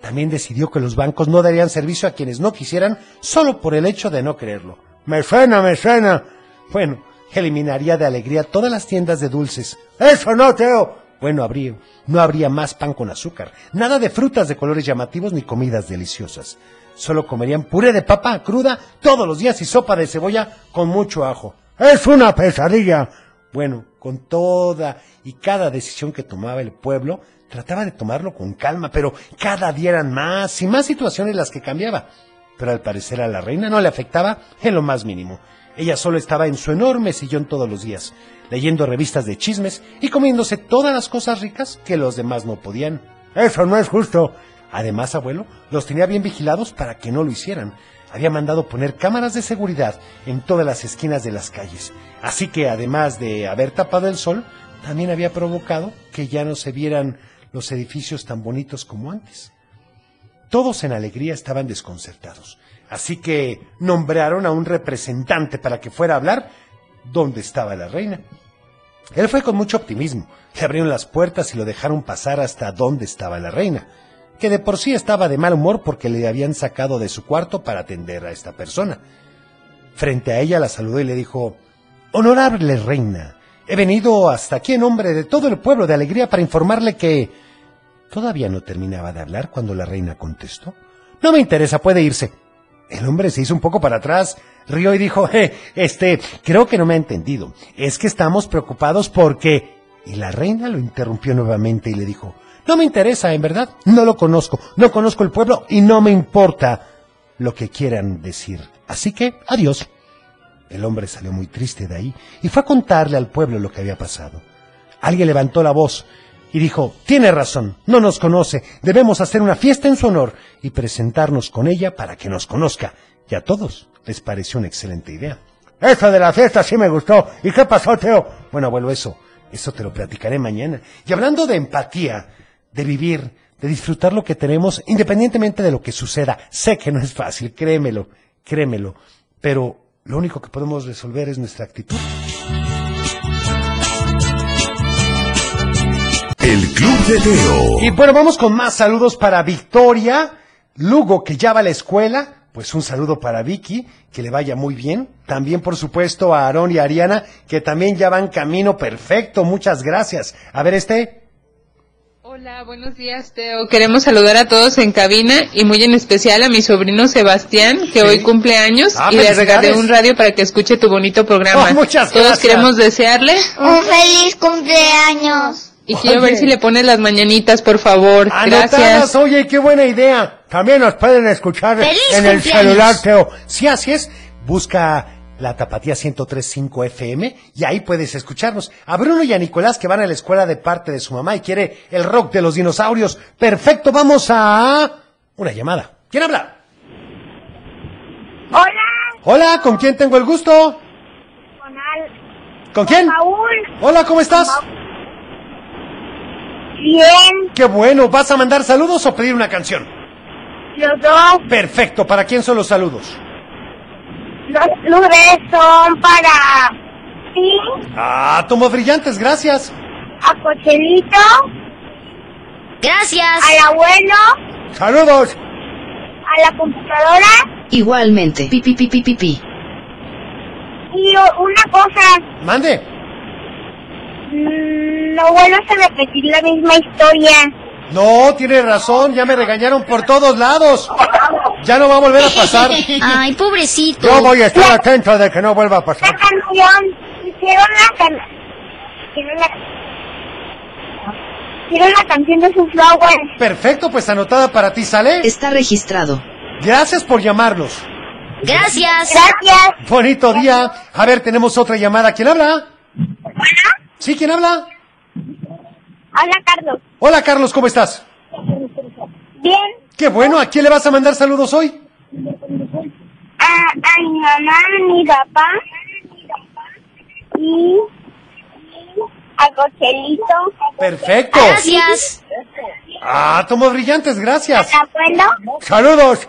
Speaker 1: También decidió que los bancos no darían servicio a quienes no quisieran solo por el hecho de no quererlo. Me suena, me suena. Bueno, eliminaría de alegría todas las tiendas de dulces. Eso no, Teo. Bueno, habría, no habría más pan con azúcar, nada de frutas de colores llamativos ni comidas deliciosas. Solo comerían puré de papa cruda todos los días y sopa de cebolla con mucho ajo. Es una pesadilla. Bueno, con toda y cada decisión que tomaba el pueblo, trataba de tomarlo con calma, pero cada día eran más y más situaciones las que cambiaba. Pero al parecer a la reina no le afectaba en lo más mínimo. Ella solo estaba en su enorme sillón todos los días, leyendo revistas de chismes y comiéndose todas las cosas ricas que los demás no podían. Eso no es justo. Además, abuelo, los tenía bien vigilados para que no lo hicieran. Había mandado poner cámaras de seguridad en todas las esquinas de las calles. Así que, además de haber tapado el sol, también había provocado que ya no se vieran los edificios tan bonitos como antes. Todos en alegría estaban desconcertados. Así que nombraron a un representante para que fuera a hablar dónde estaba la reina. Él fue con mucho optimismo. Le abrieron las puertas y lo dejaron pasar hasta donde estaba la reina, que de por sí estaba de mal humor porque le habían sacado de su cuarto para atender a esta persona. Frente a ella la saludó y le dijo, Honorable reina, he venido hasta aquí en nombre de todo el pueblo de alegría para informarle que... Todavía no terminaba de hablar cuando la reina contestó. No me interesa, puede irse. El hombre se hizo un poco para atrás, rió y dijo, eh, este, creo que no me ha entendido. Es que estamos preocupados porque... Y la reina lo interrumpió nuevamente y le dijo, no me interesa, en verdad, no lo conozco, no conozco el pueblo y no me importa lo que quieran decir. Así que, adiós. El hombre salió muy triste de ahí y fue a contarle al pueblo lo que había pasado. Alguien levantó la voz y dijo, tiene razón, no nos conoce, debemos hacer una fiesta en su honor y presentarnos con ella para que nos conozca. Y a todos les pareció una excelente idea. Eso de la fiesta sí me gustó. ¿Y qué pasó, Teo? Bueno, abuelo, eso, eso te lo platicaré mañana. Y hablando de empatía, de vivir, de disfrutar lo que tenemos, independientemente de lo que suceda, sé que no es fácil, créemelo, créemelo, pero lo único que podemos resolver es nuestra actitud.
Speaker 2: El Club de Teo.
Speaker 1: Y bueno, vamos con más saludos para Victoria. Lugo, que ya va a la escuela, pues un saludo para Vicky, que le vaya muy bien. También, por supuesto, a Aarón y a Ariana, que también ya van camino perfecto. Muchas gracias. A ver, este.
Speaker 11: Hola, buenos días, Teo. Queremos saludar a todos en cabina y muy en especial a mi sobrino Sebastián, que hoy cumple años
Speaker 12: Ah,
Speaker 11: y le regalé
Speaker 12: felicidades.
Speaker 11: un radio para que escuche tu bonito programa.
Speaker 1: *laughs*
Speaker 12: Oh, muchas
Speaker 11: Todos
Speaker 12: gracias.
Speaker 11: queremos desearle
Speaker 4: Un feliz
Speaker 1: *laughs*
Speaker 4: cumpleaños.
Speaker 11: y quiero ver
Speaker 1: Oye.
Speaker 11: si le pones las mañanitas, por favor.
Speaker 1: Anotadas,
Speaker 11: Gracias.
Speaker 1: oye, qué buena idea. También nos pueden escuchar
Speaker 11: ¡Feliz
Speaker 1: en el
Speaker 11: cumpleaños!
Speaker 1: celular, Teo. Sí, así es. Busca la Tapatía 103.5 FM y ahí puedes escucharnos. A Bruno y a Nicolás que van a la escuela de parte de su mamá y quiere el rock de los dinosaurios. Perfecto, vamos a una llamada. ¿Quién habla?
Speaker 13: Hola,
Speaker 1: Hola, ¿con quién tengo el gusto?
Speaker 13: con Al-
Speaker 1: ¿Con quién?
Speaker 13: Raúl.
Speaker 1: Hola, ¿cómo estás?
Speaker 13: Bien.
Speaker 1: Qué bueno, ¿vas a mandar saludos o pedir una canción?
Speaker 13: Los dos,
Speaker 1: Perfecto, ¿para quién son los saludos?
Speaker 13: los lugares son para ti,
Speaker 1: Ah, tomos brillantes, gracias.
Speaker 13: a Cochelito. Gracias. Al abuelo,
Speaker 1: Saludos.
Speaker 13: a la computadora
Speaker 5: Igualmente. Pi, pi, pi, pi, pi, pi.
Speaker 13: y o- una cosa.
Speaker 1: Mande.
Speaker 13: mm, No vuelvas a repetir la misma historia.
Speaker 1: No, tiene razón, ya me regañaron por todos lados. Ya no va a volver a pasar.
Speaker 13: Ay, pobrecito.
Speaker 1: Yo voy a estar atento de que no vuelva a pasar.
Speaker 13: La canción. Quiero la canción. Quiero la... Quiero la canción de sus flowers.
Speaker 1: Perfecto, pues anotada para ti, ¿sale?
Speaker 5: Está registrado.
Speaker 1: Gracias por llamarnos.
Speaker 5: Gracias.
Speaker 13: Gracias.
Speaker 1: Bonito día. A ver, tenemos otra llamada. ¿Quién habla? ¿Sí? ¿Quién habla?
Speaker 13: Hola, Carlos.
Speaker 1: Hola, Carlos, ¿cómo estás?
Speaker 13: Bien.
Speaker 1: Qué bueno, ¿a quién le vas a mandar saludos hoy?
Speaker 13: A, a mi mamá, a mi papá y a Cochelito.
Speaker 1: Perfecto.
Speaker 13: Gracias.
Speaker 1: Ah, tomos brillantes, gracias.
Speaker 13: acuerdo?
Speaker 1: Saludos.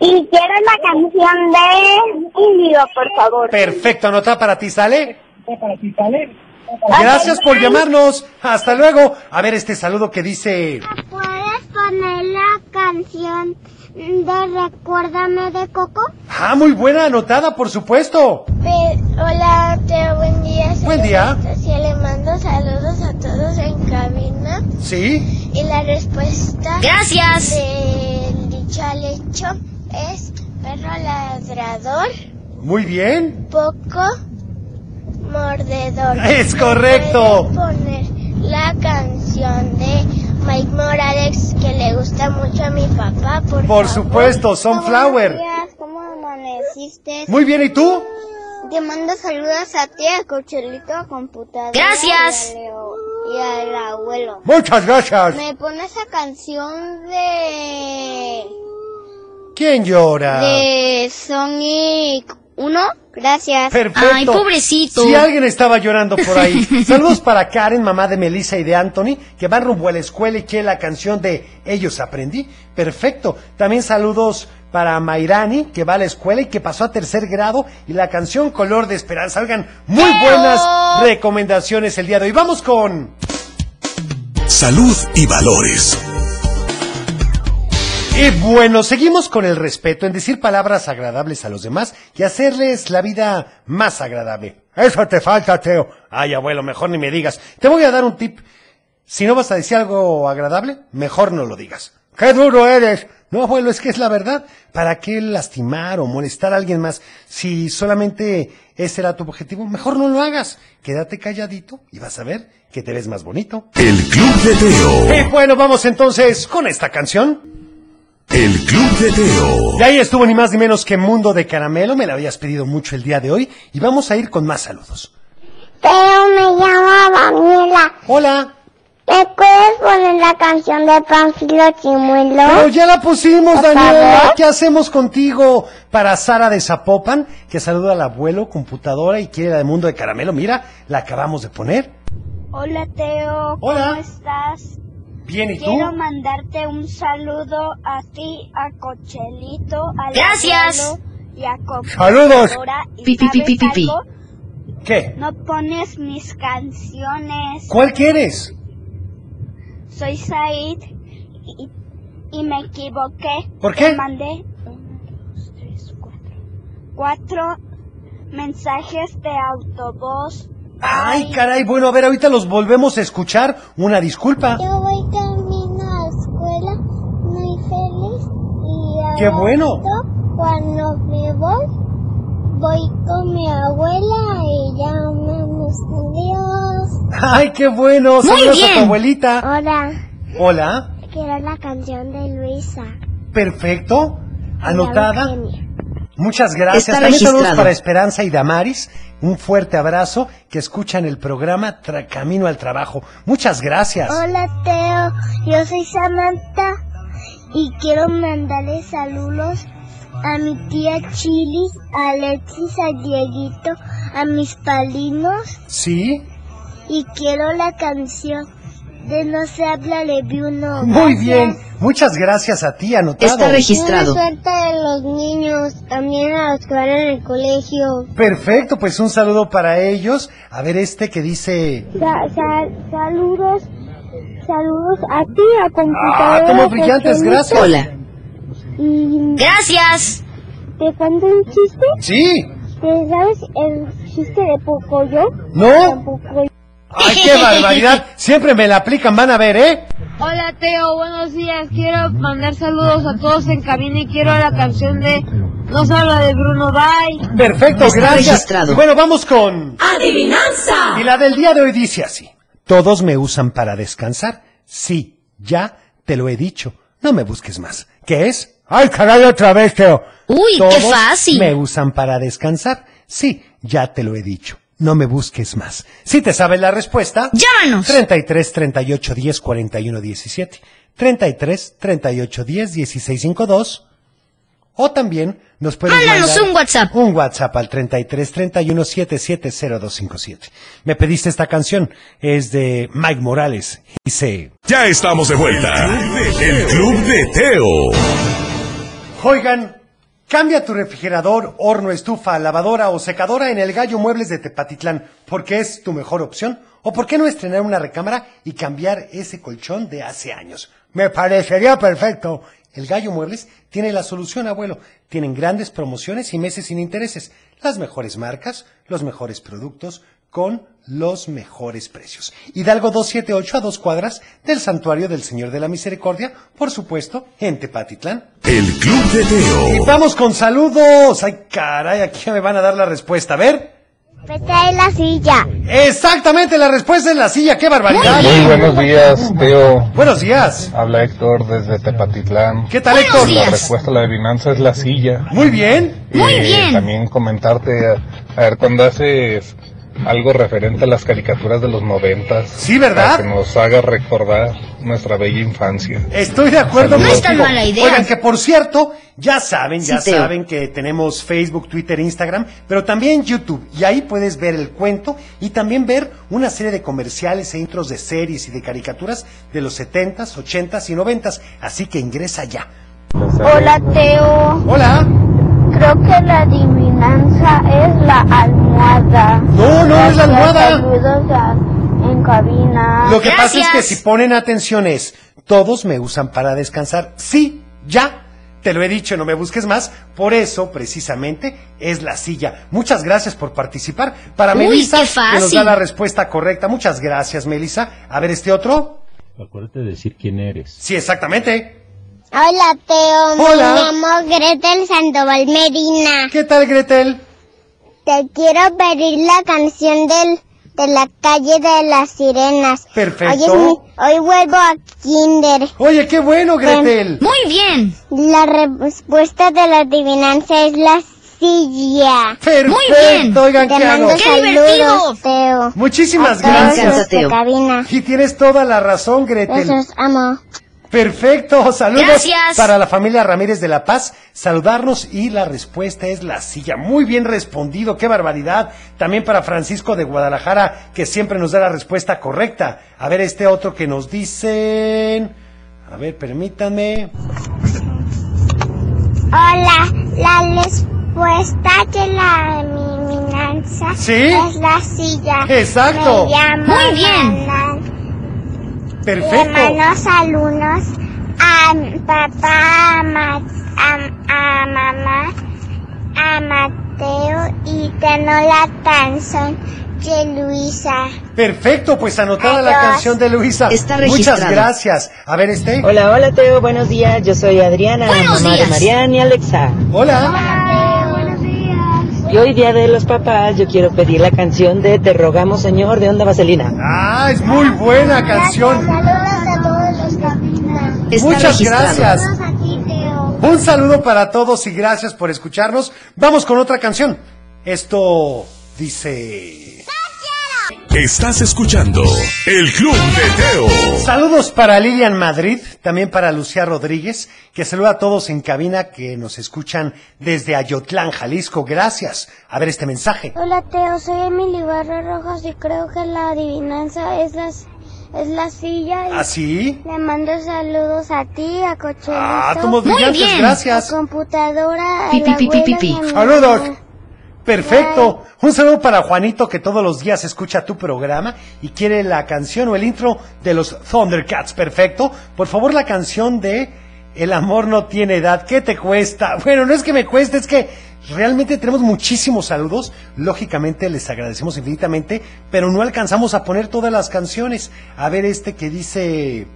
Speaker 13: Y quiero la canción de Índigo, por favor.
Speaker 1: Perfecto, anotada para ti, ¿sale? Gracias por llamarnos. Hasta luego. A ver este saludo que dice...
Speaker 4: ¿Puedes poner la canción de Recuérdame de Coco?
Speaker 1: Ah, muy buena anotada, por supuesto.
Speaker 4: hola, Teo, buen día. soy
Speaker 1: Buen día.
Speaker 4: Anastasia, le mando saludos a todos en cabina.
Speaker 1: Sí.
Speaker 4: Y la respuesta.
Speaker 5: Gracias.
Speaker 4: Del dicho al hecho es perro ladrador,
Speaker 1: Muy bien.
Speaker 4: poco mordedor.
Speaker 1: Es correcto.
Speaker 4: ¿Puedes poner la canción de Mike Morales que le gusta mucho a mi papá, por,
Speaker 1: Por
Speaker 4: favor?
Speaker 1: supuesto, Sunflower.
Speaker 4: Buenos días, ¿Cómo amaneciste?
Speaker 1: Muy bien, ¿y tú?
Speaker 4: Te mando saludos a ti, a Cochelito, a computadora.
Speaker 5: Gracias.
Speaker 4: Y, a Leo- y al abuelo.
Speaker 1: Muchas gracias.
Speaker 4: Me pone esa canción de.
Speaker 1: ¿Quién llora?
Speaker 4: de Sonic 1. Gracias.
Speaker 1: Perfecto. Si alguien estaba llorando por ahí. Saludos para Karen, mamá de Melissa y de Anthony, que van rumbo a la escuela y que la canción de Ellos Aprendí. Perfecto. También saludos para Mairani, que va a la escuela y que pasó a tercer grado, y la canción Color de Esperanza. Salgan muy buenas recomendaciones el día de hoy. Vamos con...
Speaker 2: Salud y valores.
Speaker 1: Y bueno, seguimos con el respeto en decir palabras agradables a los demás y hacerles la vida más agradable. Eso te falta, Teo. Ay, abuelo, mejor ni me digas. Te voy a dar un tip. Si no vas a decir algo agradable, mejor no lo digas. ¡Qué duro eres! No, abuelo, es que es la verdad. ¿Para qué lastimar o molestar a alguien más? Si solamente ese era tu objetivo, mejor no lo hagas. Quédate calladito y vas a ver que te ves más bonito.
Speaker 2: El Club de Teo.
Speaker 1: Y bueno, vamos entonces con esta canción.
Speaker 2: El Club de Teo.
Speaker 1: Y ahí estuvo ni más ni menos que Mundo de Caramelo, me la habías pedido mucho el día de hoy y vamos a ir con más saludos.
Speaker 4: Teo, me llamo Daniela.
Speaker 1: Hola.
Speaker 4: ¿Me puedes poner la canción de Panfilo Chimuelo?
Speaker 1: Pero ya la pusimos,
Speaker 4: Por
Speaker 1: Daniela.
Speaker 4: favor.
Speaker 1: ¿Qué hacemos contigo? Para Sara de Zapopan, que saluda al abuelo, computadora y quiere la de Mundo de Caramelo. Mira, la acabamos de poner.
Speaker 4: Hola Teo, ¿cómo
Speaker 1: Hola.
Speaker 4: estás?
Speaker 1: Bien, ¿y tú?
Speaker 4: Quiero mandarte un saludo a ti, a Cochelito, a
Speaker 5: Gracias.
Speaker 4: y a Coco.
Speaker 1: Saludos.
Speaker 4: Y
Speaker 5: Pi, pi, pi, pi,
Speaker 4: ¿sabes
Speaker 5: pi, pi.
Speaker 4: algo?
Speaker 1: ¿Qué?
Speaker 4: No pones mis canciones.
Speaker 1: ¿Cuál quieres?
Speaker 4: Soy Said y, y me equivoqué.
Speaker 1: ¿Por qué?
Speaker 4: Le mandé uno, dos, tres, cuatro. Cuatro mensajes de autobús.
Speaker 1: Ay, caray, bueno, a ver, ahorita los volvemos a escuchar. Una
Speaker 4: *laughs*
Speaker 1: disculpa.
Speaker 4: Yo voy camino a la escuela muy feliz y al
Speaker 1: ¡Qué bueno!
Speaker 4: ratito, Cuando me voy, voy con mi abuela y llamamos a Dios.
Speaker 1: Ay, qué bueno.
Speaker 4: Muy
Speaker 1: Saludos a tu
Speaker 4: bien.
Speaker 1: abuelita.
Speaker 4: Hola,
Speaker 1: Hola,
Speaker 4: quiero la canción de Luisa.
Speaker 1: perfecto. Anotada. Muchas
Speaker 5: Está
Speaker 1: gracias. También saludos
Speaker 5: registrado.
Speaker 1: para Esperanza y Damaris. Un fuerte abrazo que escuchan el programa Tra- Camino al Trabajo. Muchas gracias.
Speaker 4: Hola Teo, yo soy Samantha y quiero mandarle saludos a mi tía Chilis, a Alexis, a Dieguito, a mis palinos
Speaker 1: Sí.
Speaker 4: y quiero la canción de No se habla de uno.
Speaker 1: Muy bien. Muchas gracias a ti, anotado.
Speaker 4: Buena suerte de los niños, también a los que van en el colegio.
Speaker 1: Perfecto, pues un saludo para ellos. A ver este que dice...
Speaker 4: Sa- sa- saludos, saludos a ti, a
Speaker 1: Ah, como brillantes,
Speaker 4: pequeñito.
Speaker 1: gracias.
Speaker 4: Gracias. ¿Te cuento un chiste?
Speaker 1: Sí.
Speaker 4: ¿Te sabes el chiste de Pocoyo?
Speaker 1: No.
Speaker 4: De Pocoyo.
Speaker 1: ¡Ay,
Speaker 5: *laughs*
Speaker 1: qué barbaridad! Siempre me la aplican, van a ver, ¿eh?
Speaker 12: Hola Teo, buenos días. Quiero mandar saludos a todos en cabina y quiero la canción de No se habla de Bruno Bye.
Speaker 1: Perfecto,
Speaker 12: Está
Speaker 1: gracias.
Speaker 12: registrado.
Speaker 1: Bueno, vamos con...
Speaker 12: ¡Adivinanza!
Speaker 1: Y la del día de hoy dice así. Todos me usan para descansar. Sí, ya te lo he dicho. No me busques más. ¿Qué es? ¡Ay, caray, otra vez, Teo!
Speaker 5: Uy, qué
Speaker 1: Todos
Speaker 5: fácil.
Speaker 1: me usan para descansar. Sí, ya te lo he dicho. No me busques más. Si te sabes la respuesta,
Speaker 5: llámanos.
Speaker 1: 33 38 10 41 17. 33 38 10 16 52. O también nos puedes
Speaker 5: Háblanos
Speaker 1: mandar
Speaker 5: un WhatsApp.
Speaker 1: Un WhatsApp al 33 31 77 0257. Me pediste esta canción. Es de Mike Morales. Dice,
Speaker 2: Ya estamos de vuelta. El Club de Teo.
Speaker 1: oigan, cambia tu refrigerador, horno, estufa, lavadora o secadora en el Gallo Muebles de Tepatitlán porque es tu mejor opción. ¿O por qué no estrenar una recámara y cambiar ese colchón de hace años? Me parecería perfecto. El Gallo Muebles tiene la solución, abuelo. Tienen grandes promociones y meses sin intereses. Las mejores marcas, los mejores productos, con los mejores precios. Hidalgo 278 a dos cuadras del Santuario del Señor de la Misericordia, por supuesto, en Tepatitlán.
Speaker 2: El Club de
Speaker 1: Y
Speaker 2: Teo.
Speaker 1: vamos con saludos. Ay, caray, aquí ya me van a dar la respuesta. A ver.
Speaker 4: Vete a la silla.
Speaker 1: Exactamente, la respuesta es la silla. ¡Qué barbaridad!
Speaker 14: Muy buenos días, Teo.
Speaker 1: Buenos días.
Speaker 14: Habla Héctor desde Tepatitlán.
Speaker 1: ¿Qué tal, Buenos Héctor? días.
Speaker 14: La respuesta a la adivinanza es la silla.
Speaker 1: Muy bien.
Speaker 14: y también comentarte, a, a ver, cuando haces algo referente a las caricaturas de los noventas.
Speaker 1: Sí, ¿verdad?
Speaker 14: Para que nos haga recordar nuestra bella infancia.
Speaker 1: Estoy de acuerdo
Speaker 14: No es
Speaker 1: contigo.
Speaker 14: tan mala idea.
Speaker 1: Oigan, que por cierto, ya saben, ya
Speaker 14: Sí, Teo.
Speaker 1: saben que tenemos Facebook, Twitter, Instagram, pero también YouTube. Y ahí puedes ver el cuento y también ver una serie de comerciales e intros de series y de caricaturas de los 70s, 80s y 90s. Así que ingresa ya.
Speaker 4: Hola Teo.
Speaker 1: Hola.
Speaker 4: Creo que la adivinanza es la almohada.
Speaker 1: No, no es la almohada.
Speaker 4: Saludos a- en cabina.
Speaker 1: Lo que pasa es que si ponen atención es, todos me usan para descansar. Sí, ya. Te lo he dicho, no me busques más. Por eso, precisamente, es la silla. Muchas gracias por participar. Para
Speaker 5: Uy,
Speaker 1: Melissa,
Speaker 5: qué
Speaker 1: que nos da
Speaker 5: fácil.
Speaker 1: la respuesta correcta. Muchas gracias, Melissa. A ver, este otro.
Speaker 15: Acuérdate de decir quién eres.
Speaker 1: Sí, exactamente.
Speaker 4: Hola Teo,
Speaker 1: Hola.
Speaker 4: me llamo Gretel Sandoval Medina.
Speaker 1: ¿Qué tal Gretel?
Speaker 4: Te quiero pedir la canción del, de la calle de las sirenas.
Speaker 1: Perfecto.
Speaker 4: Hoy, es mi- hoy vuelvo a Kinder.
Speaker 1: Oye, qué bueno Gretel.
Speaker 4: muy bien. La respuesta de la adivinanza es la silla.
Speaker 1: Perfecto, Muy bien. oigan,
Speaker 4: Te
Speaker 1: ¿qué hago?
Speaker 4: mando
Speaker 1: ¡Qué divertido!
Speaker 4: saludos, Teo.
Speaker 1: Muchísimas
Speaker 4: A todos
Speaker 1: gracias.
Speaker 4: los de cabina.
Speaker 1: Y tienes toda la razón, Gretel.
Speaker 4: Los amo.
Speaker 1: Perfecto, saludos
Speaker 4: Gracias.
Speaker 1: para la familia Ramírez de La Paz, saludarnos y la respuesta es la silla. Muy bien respondido, qué barbaridad. También para Francisco de Guadalajara, que siempre nos da la respuesta correcta. A ver este otro que nos dicen. A ver, permítanme.
Speaker 4: Hola, la respuesta de la adivinanza
Speaker 1: Sí.
Speaker 4: es la silla.
Speaker 1: Exacto.
Speaker 4: Me llamo
Speaker 1: Muy bien.
Speaker 4: Manan- Le
Speaker 1: Perfecto.
Speaker 4: mando saludos a
Speaker 13: a mi papá, a, Ma- a- a mamá, a Mateo y ganó la canción de Luisa.
Speaker 1: Perfecto, pues anotada la canción de Luisa. Muchas gracias. A ver, este.
Speaker 16: Hola, hola Teo, buenos días. Yo soy Adriana,
Speaker 1: Buenos
Speaker 16: mamá
Speaker 1: días.
Speaker 16: de Mariana y Alexa. Y hoy día de los papás yo quiero pedir la canción de Te rogamos Señor de Onda Vaselina.
Speaker 1: Ah, es muy buena canción.
Speaker 4: Saludos a todos los capinas.
Speaker 1: Muchas gracias. Un saludo para todos y gracias por escucharnos. Vamos con otra canción. Esto dice...
Speaker 2: Estás escuchando El Club de Teo.
Speaker 1: Saludos para Lilian Madrid, también para Lucía Rodríguez, que saluda a todos en cabina que nos escuchan desde Ayotlán, Jalisco. Gracias. A ver este mensaje.
Speaker 4: Hola Teo, soy Emily Barra Rojas y creo que la adivinanza es las es la silla. y
Speaker 1: ¿Ah, sí?
Speaker 4: Le mando saludos a ti, a Cochero.
Speaker 1: Ah, somos Muy brillantes, bien. gracias.
Speaker 4: A computadora, a
Speaker 1: Pi,
Speaker 4: la
Speaker 1: pi, pi, pi, pi,
Speaker 4: abuela,
Speaker 1: pi.
Speaker 4: a mi
Speaker 1: Saludos. Perfecto. Un saludo para Juanito que todos los días escucha tu programa y quiere la canción o el intro de los Thundercats. Perfecto. Por favor, la canción de El amor no tiene edad. ¿Qué te cuesta? *laughs* Bueno, no es que me cueste, es que realmente tenemos muchísimos saludos. Lógicamente les agradecemos infinitamente, pero no alcanzamos a poner todas las canciones. A ver este que dice...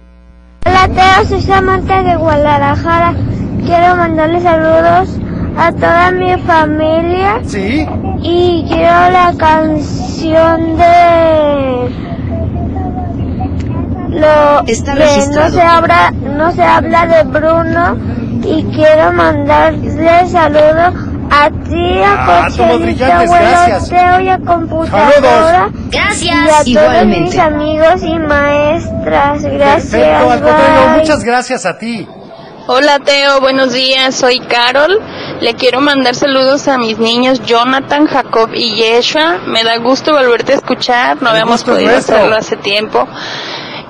Speaker 4: Hola Teo, soy Samantha de Guadalajara. Quiero mandarle saludos a toda mi familia.
Speaker 1: Sí.
Speaker 4: Y quiero la canción de lo
Speaker 5: Está
Speaker 4: de no
Speaker 5: registrado.
Speaker 4: se habla no se habla de Bruno y quiero mandarle saludos a ti a
Speaker 5: Ah, somos
Speaker 4: Cochelito,
Speaker 5: brillantes,
Speaker 4: abuelo
Speaker 5: gracias.
Speaker 4: Teo y a computadora
Speaker 5: Saludos.
Speaker 4: gracias y a todos
Speaker 1: Igualmente.
Speaker 4: mis amigos y maestras gracias
Speaker 1: Perfecto, al contrario,
Speaker 4: bye.
Speaker 1: muchas gracias a ti.
Speaker 17: Hola Teo, buenos días, soy Carol. Le quiero mandar saludos a mis niños Jonathan, Jacob y Yeshua. Me da gusto volverte a escuchar, no habíamos
Speaker 18: gusto es
Speaker 17: podido
Speaker 18: nuestro.
Speaker 17: hacerlo hace tiempo.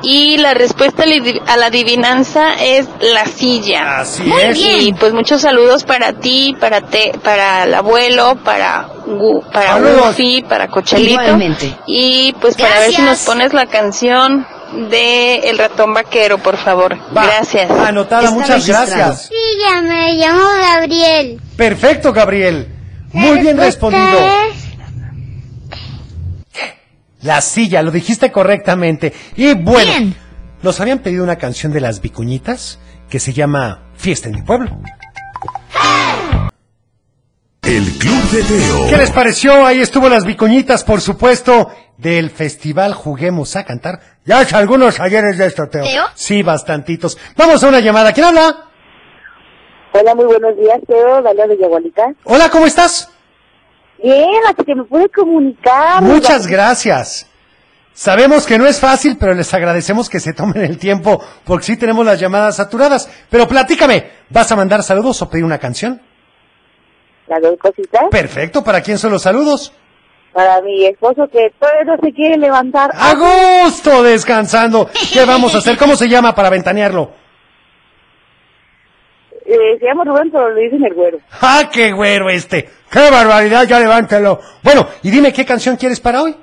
Speaker 17: Y la respuesta a la adiv- a la adivinanza es la silla.
Speaker 1: Así Muy es. bien.
Speaker 17: Y pues muchos saludos para ti, para te, para el abuelo, para Gu- para
Speaker 5: Saludos.
Speaker 17: Goofy, para Cochelito.
Speaker 5: Igualmente.
Speaker 17: Y pues para ver si
Speaker 5: Gracias.
Speaker 17: nos pones la canción de El ratón vaquero, por favor. Gracias.
Speaker 1: Anotada, muchas gracias.
Speaker 4: Sí, ya me llamo Gabriel.
Speaker 1: Perfecto, Gabriel. Muy bien respondido. La silla, lo dijiste correctamente. Y bueno, nos habían pedido una canción de las vicuñitas que se llama Fiesta en mi pueblo.
Speaker 2: El Club de Teo.
Speaker 1: ¿Qué les pareció? Ahí estuvo las vicuñitas, por supuesto, del festival Juguemos a Cantar. Ya hay algunos ayeres de esto, Teo.
Speaker 19: ¿Teo?
Speaker 1: Sí, bastantitos. Vamos a una llamada. ¿Quién habla?
Speaker 19: Hola, muy buenos días, Teo, Daniela de Yagualica.
Speaker 1: Hola, ¿cómo estás?
Speaker 19: Bien, hasta que me pude comunicar.
Speaker 1: Muchas gracias. Sabemos que no es fácil, pero les agradecemos que se tomen el tiempo, porque sí tenemos las llamadas saturadas. Pero platícame, ¿vas a mandar saludos o pedir una canción?
Speaker 19: Las dos cositas.
Speaker 1: Perfecto, ¿para quién son los saludos?
Speaker 19: Para mi esposo que todavía no se quiere levantar.
Speaker 1: A gusto, descansando. ¿Qué vamos a hacer? ¿Cómo se llama para ventanearlo?
Speaker 19: Eh, se llama Rubén, pero le dicen el güero.
Speaker 1: ¡Ah, qué güero este! ¡Qué barbaridad! Ya levántelo. Bueno, y dime qué canción quieres para hoy.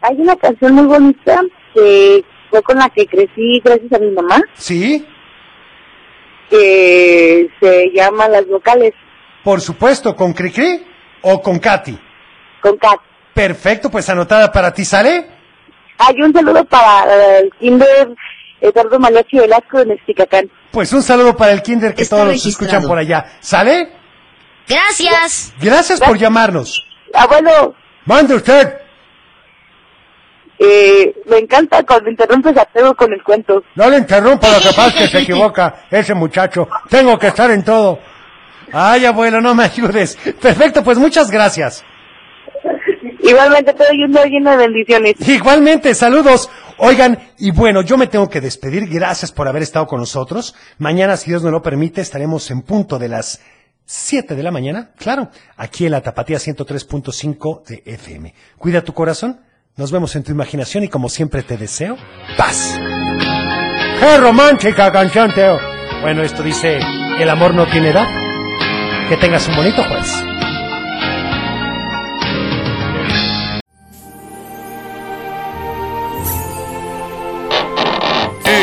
Speaker 19: Hay una canción muy bonita que fue con la que crecí gracias a mi mamá.
Speaker 1: Sí.
Speaker 19: Que se llama Las Vocales.
Speaker 1: Por supuesto, ¿con Cricri o con Katy?
Speaker 19: Con Kat.
Speaker 1: Perfecto, pues anotada para ti, ¿sale?
Speaker 19: Hay un saludo para eh, el Kinder Eduardo Malachi Velasco en Esticacán.
Speaker 1: Pues un saludo para el Kinder que
Speaker 19: Está
Speaker 1: todos nos
Speaker 19: registrado.
Speaker 1: escuchan por allá. ¿Sale?
Speaker 5: Gracias.
Speaker 1: Gracias por llamarnos.
Speaker 19: Ah, Abuelo.
Speaker 1: Mande usted.
Speaker 19: Eh, me encanta cuando interrumpes a Teo con el cuento.
Speaker 1: No le interrumpa lo que pasa que se equivoca ese muchacho. Tengo que estar en todo. Ay, abuelo, no me ayudes. Perfecto, pues muchas gracias.
Speaker 19: Igualmente, todo y un día lleno de bendiciones.
Speaker 1: Igualmente, saludos. Oigan, y bueno, yo me tengo que despedir. Gracias por haber estado con nosotros. Mañana, si Dios nos lo permite, estaremos en punto de las 7 de la mañana. Claro, aquí en la Tapatía 103.5 de FM. Cuida tu corazón. Nos vemos en tu imaginación y como siempre te deseo paz. ¡Qué romántica canción, Teo! Bueno, esto dice, el amor no tiene edad. Que tengas un bonito jueves.
Speaker 2: El